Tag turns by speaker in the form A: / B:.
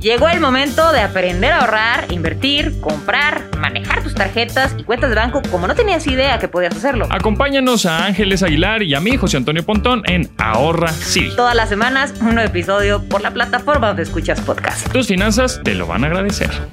A: Llegó el momento de aprender a ahorrar, invertir, comprar, manejar tus tarjetas y cuentas de banco como no tenías idea que podías hacerlo.
B: Acompáñanos a Ángeles Aguilar y a mí, José Antonio Pontón, en Ahorra Civil.
A: Todas las semanas, un nuevo episodio por la plataforma donde escuchas podcast.
B: Tus finanzas te lo van a agradecer.